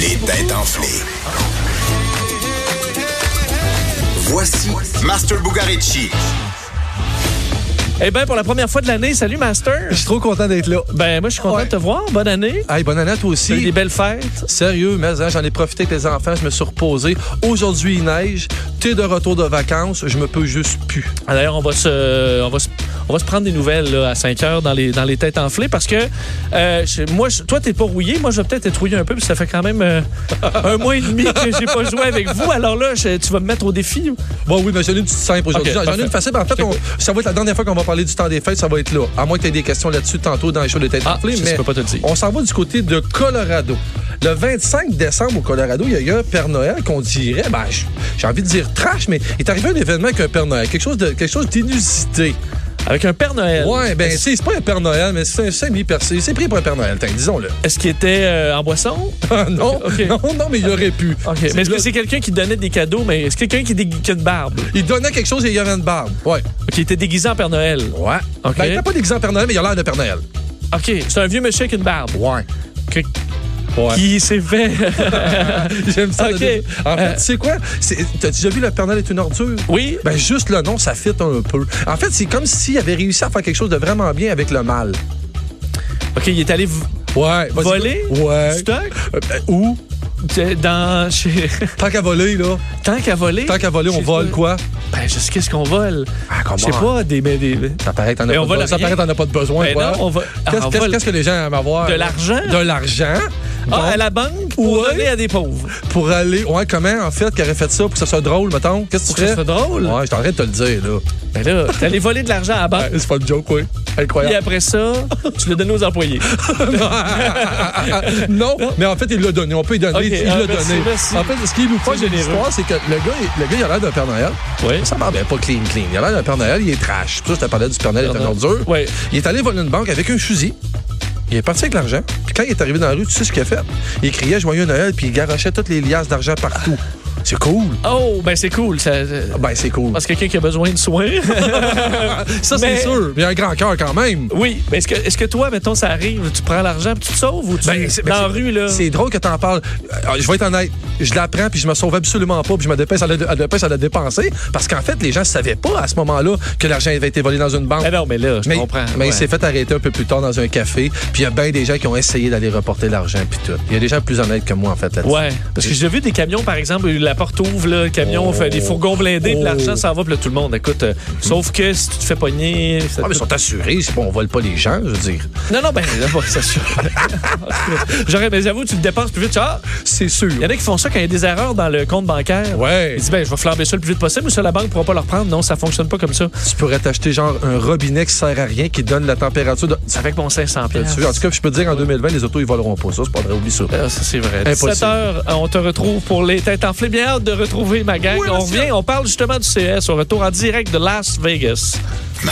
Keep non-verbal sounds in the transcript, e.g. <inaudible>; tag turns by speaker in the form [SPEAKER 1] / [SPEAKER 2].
[SPEAKER 1] Les têtes enflées. Voici Master Bugarici.
[SPEAKER 2] Eh bien, pour la première fois de l'année, salut Master.
[SPEAKER 3] Je suis trop content d'être là.
[SPEAKER 2] Ben, moi, je suis content
[SPEAKER 3] Ouais.
[SPEAKER 2] de te voir. Bonne année.
[SPEAKER 3] Hey, bonne année à toi
[SPEAKER 2] T'as eu des
[SPEAKER 3] aussi.
[SPEAKER 2] belles fêtes.
[SPEAKER 3] Sérieux, mais hein, j'en ai profité avec les enfants, je me suis reposé. Aujourd'hui, il neige, t'es de retour de vacances, je me peux juste plus.
[SPEAKER 2] Ah, D'ailleurs, on va se, on va se, on va se prendre des nouvelles là, à 5 heures dans les, dans les têtes enflées parce que euh, je- moi, je- toi, t'es pas rouillé. Moi, je vais peut-être être rouillé un peu parce que ça fait quand même euh, un mois et demi que j'ai pas joué avec vous. Alors là, je- tu vas me mettre au défi.
[SPEAKER 3] Bon, oui, mais j'en ai une petite simple aujourd'hui.
[SPEAKER 2] Ok,
[SPEAKER 3] J'en- j'en ai
[SPEAKER 2] parfait.
[SPEAKER 3] une facile. mais En fait, on- ça va être la dernière fois qu'on va parler du temps des fêtes, ça va être là. À moins que tu aies des questions là-dessus tantôt dans les shows de tête
[SPEAKER 2] Ah,
[SPEAKER 3] enflée,
[SPEAKER 2] je
[SPEAKER 3] mais
[SPEAKER 2] peux pas te le dire.
[SPEAKER 3] on s'en va du côté de Colorado. Le 25 décembre au Colorado, il y a eu un Père Noël qu'on dirait, ben, j- j'ai envie de dire trash, mais il est arrivé un événement avec un Père Noël, quelque chose de- quelque chose d'inusité.
[SPEAKER 2] Avec un Père Noël.
[SPEAKER 3] Ouais, ben c'est c'est pas un Père Noël, mais c'est un semi-percé. C'est pris pour un Père Noël, tiens, disons-le.
[SPEAKER 2] Est-ce
[SPEAKER 3] <laughs>
[SPEAKER 2] qu'il était euh, en boisson?
[SPEAKER 3] Ah, non,
[SPEAKER 2] Ok.
[SPEAKER 3] non, non, mais il aurait pu.
[SPEAKER 2] OK.
[SPEAKER 3] C'est
[SPEAKER 2] Mais est-ce
[SPEAKER 3] là-
[SPEAKER 2] que c'est quelqu'un qui donnait des cadeaux? Mais est-ce que quelqu'un qui, dé- qui a une barbe?
[SPEAKER 3] Il donnait quelque chose et il y avait une barbe. Ouais.
[SPEAKER 2] Qui était déguisé en Père Noël?
[SPEAKER 3] Ouais.
[SPEAKER 2] Ok.
[SPEAKER 3] Ben, il n'a pas d'exemple Père Noël, mais il a l'air de Père Noël.
[SPEAKER 2] OK. C'est un vieux monsieur avec une barbe.
[SPEAKER 3] Ouais.
[SPEAKER 2] Que-
[SPEAKER 3] Ouais.
[SPEAKER 2] Qui s'est fait.
[SPEAKER 3] <laughs> J'aime ça.
[SPEAKER 2] Ok.
[SPEAKER 3] le- En
[SPEAKER 2] Euh,
[SPEAKER 3] fait, tu sais quoi? C'est- T'as déjà vu le Père Noël est une ordure?
[SPEAKER 2] oui.
[SPEAKER 3] Ben, juste le nom, ça fit un peu. En fait, c'est comme s'il avait réussi à faire quelque chose de vraiment bien avec le mal.
[SPEAKER 2] OK, il est allé v-
[SPEAKER 3] Ouais. vas-y.
[SPEAKER 2] voler
[SPEAKER 3] Ouais.
[SPEAKER 2] du stock
[SPEAKER 3] Euh, ben, où?
[SPEAKER 2] de- dans. Chez...
[SPEAKER 3] Tant qu'à voler, là.
[SPEAKER 2] <laughs> Tant qu'à voler.
[SPEAKER 3] Tant qu'à voler, on
[SPEAKER 2] Chez-
[SPEAKER 3] vole quoi?
[SPEAKER 2] Ben, je sais qu'est-ce qu'on vole.
[SPEAKER 3] Ah, comment?
[SPEAKER 2] Je sais pas, des. ben, des-
[SPEAKER 3] Ça paraît que t'en as,
[SPEAKER 2] Mais
[SPEAKER 3] pas
[SPEAKER 2] on
[SPEAKER 3] de
[SPEAKER 2] vole
[SPEAKER 3] besoin. Ça
[SPEAKER 2] rien.
[SPEAKER 3] paraît que t'en as pas de besoin.
[SPEAKER 2] Ben
[SPEAKER 3] voilà.
[SPEAKER 2] non, on va. ah,
[SPEAKER 3] Qu'est-ce
[SPEAKER 2] on
[SPEAKER 3] qu'est-ce-
[SPEAKER 2] vole
[SPEAKER 3] qu'est-ce que les gens aiment avoir?
[SPEAKER 2] De
[SPEAKER 3] là?
[SPEAKER 2] l'argent?
[SPEAKER 3] De l'argent.
[SPEAKER 2] Ah,
[SPEAKER 3] Donc,
[SPEAKER 2] à la banque pour
[SPEAKER 3] Ouais.
[SPEAKER 2] donner à des pauvres.
[SPEAKER 3] Pour aller. Ouais, comment, en fait, qui aurait fait ça pour que ça soit drôle, mettons? Qu'est-ce
[SPEAKER 2] Pour
[SPEAKER 3] que
[SPEAKER 2] que
[SPEAKER 3] tu
[SPEAKER 2] ce soit
[SPEAKER 3] ferais?
[SPEAKER 2] drôle. Euh,
[SPEAKER 3] Ouais, je t'arrête de te le dire, là.
[SPEAKER 2] Ben là, t'es allé voler de l'argent à la banque.
[SPEAKER 3] Ouais, C'est pas le joke, oui.
[SPEAKER 2] Et
[SPEAKER 3] Incroyable.
[SPEAKER 2] après ça, tu le donnes aux
[SPEAKER 3] <laughs>
[SPEAKER 2] employés.
[SPEAKER 3] non, mais en fait, il l'a donné. On peut lui donner.
[SPEAKER 2] Ok,
[SPEAKER 3] il
[SPEAKER 2] ah,
[SPEAKER 3] l'a
[SPEAKER 2] merci,
[SPEAKER 3] donné.
[SPEAKER 2] merci.
[SPEAKER 3] En fait, ce qui est loufoque
[SPEAKER 2] C'est
[SPEAKER 3] de
[SPEAKER 2] généreux.
[SPEAKER 3] l'histoire, c'est que le gars, il- le gars, il a l'air d'un Père Noël.
[SPEAKER 2] Oui.
[SPEAKER 3] Ça parle bien pas clean, clean. Il a l'air d'un Père Noël, il est trash. C'est pour ça que je te parlais du Père Noël, il est un ordure.
[SPEAKER 2] Ouais.
[SPEAKER 3] Il est allé voler une banque avec un fusil. Il est parti avec l'argent. Puis quand il est arrivé dans la rue, tu sais ce qu'il a fait? Il criait Joyeux Noël, puis il garochait toutes les liasses d'argent partout. C'est cool.
[SPEAKER 2] Oh, ben c'est cool. Ça,
[SPEAKER 3] Ben, c'est cool.
[SPEAKER 2] parce que quelqu'un qui a besoin de
[SPEAKER 3] <laughs>
[SPEAKER 2] soins.
[SPEAKER 3] Ça,
[SPEAKER 2] Mais-
[SPEAKER 3] c'est sûr. Mais il a un grand cœur quand même.
[SPEAKER 2] Oui, mais est-ce que, est-ce que toi, mettons, ça arrive, tu prends l'argent puis tu te sauves ou tu
[SPEAKER 3] Ben, c'est- ben,
[SPEAKER 2] dans la
[SPEAKER 3] c'est-
[SPEAKER 2] rue, là?
[SPEAKER 3] C'est drôle que t'en parles. Euh, Je vais être honnête. Je la prends puis je me sauve absolument pas puis je me dépense à la, à la- à la dépenser parce qu'en fait, les gens savaient pas à ce moment-là que l'argent avait été volé dans une banque.
[SPEAKER 2] Ah non, mais là, je
[SPEAKER 3] mais
[SPEAKER 2] comprends.
[SPEAKER 3] mais
[SPEAKER 2] ouais.
[SPEAKER 3] il s'est fait arrêter un peu plus tard dans un café puis il y a bien des gens qui ont essayé d'aller reporter l'argent puis tout. Il y a des gens plus honnêtes que moi, en fait, là-dessus.
[SPEAKER 2] Ouais, parce que j'ai vu des camions, par exemple, où la porte ouvre, là, le camion,
[SPEAKER 3] Oh.
[SPEAKER 2] fait des fourgons blindés, puis
[SPEAKER 3] Oh.
[SPEAKER 2] l'argent s'en va, puis là, tout le monde, écoute. euh, Sauf que si tu te fais pogner. ça-
[SPEAKER 3] Ah, mais ils sont assurés. C'est bon, on vole pas les gens, je veux dire.
[SPEAKER 2] Non, non, ben, là, bon, ça sûr.
[SPEAKER 3] <laughs>
[SPEAKER 2] J'aurais, mais j'avoue, tu le dépenses plus vite. tu- Ah,
[SPEAKER 3] C'est sûr.
[SPEAKER 2] il y en a qui font ça quand il y a des erreurs dans le compte bancaire.
[SPEAKER 3] Ouais.
[SPEAKER 2] Ils disent, ben, je vais flamber ça le plus vite possible, ou ça, la banque pourra pas le reprendre. Non, ça fonctionne pas comme ça.
[SPEAKER 3] Tu pourrais t'acheter genre un robinet qui sert à rien, qui donne la température. De...
[SPEAKER 2] Avec mon 500
[SPEAKER 3] Tu
[SPEAKER 2] piastres.
[SPEAKER 3] veux, En tout cas, je peux te dire, en 2020, les autos, ils voleront pas ça. C'est pas vrai, oublie ça.
[SPEAKER 2] Ah, ça, c'est vrai.
[SPEAKER 3] Impossible.
[SPEAKER 2] 17h, on te retrouve pour les têtes enflées. Bien hâte de retrouver ma gang.
[SPEAKER 3] Oui,
[SPEAKER 2] on
[SPEAKER 3] monsieur.
[SPEAKER 2] revient, on parle justement du CS. On retourne en direct de Las Vegas.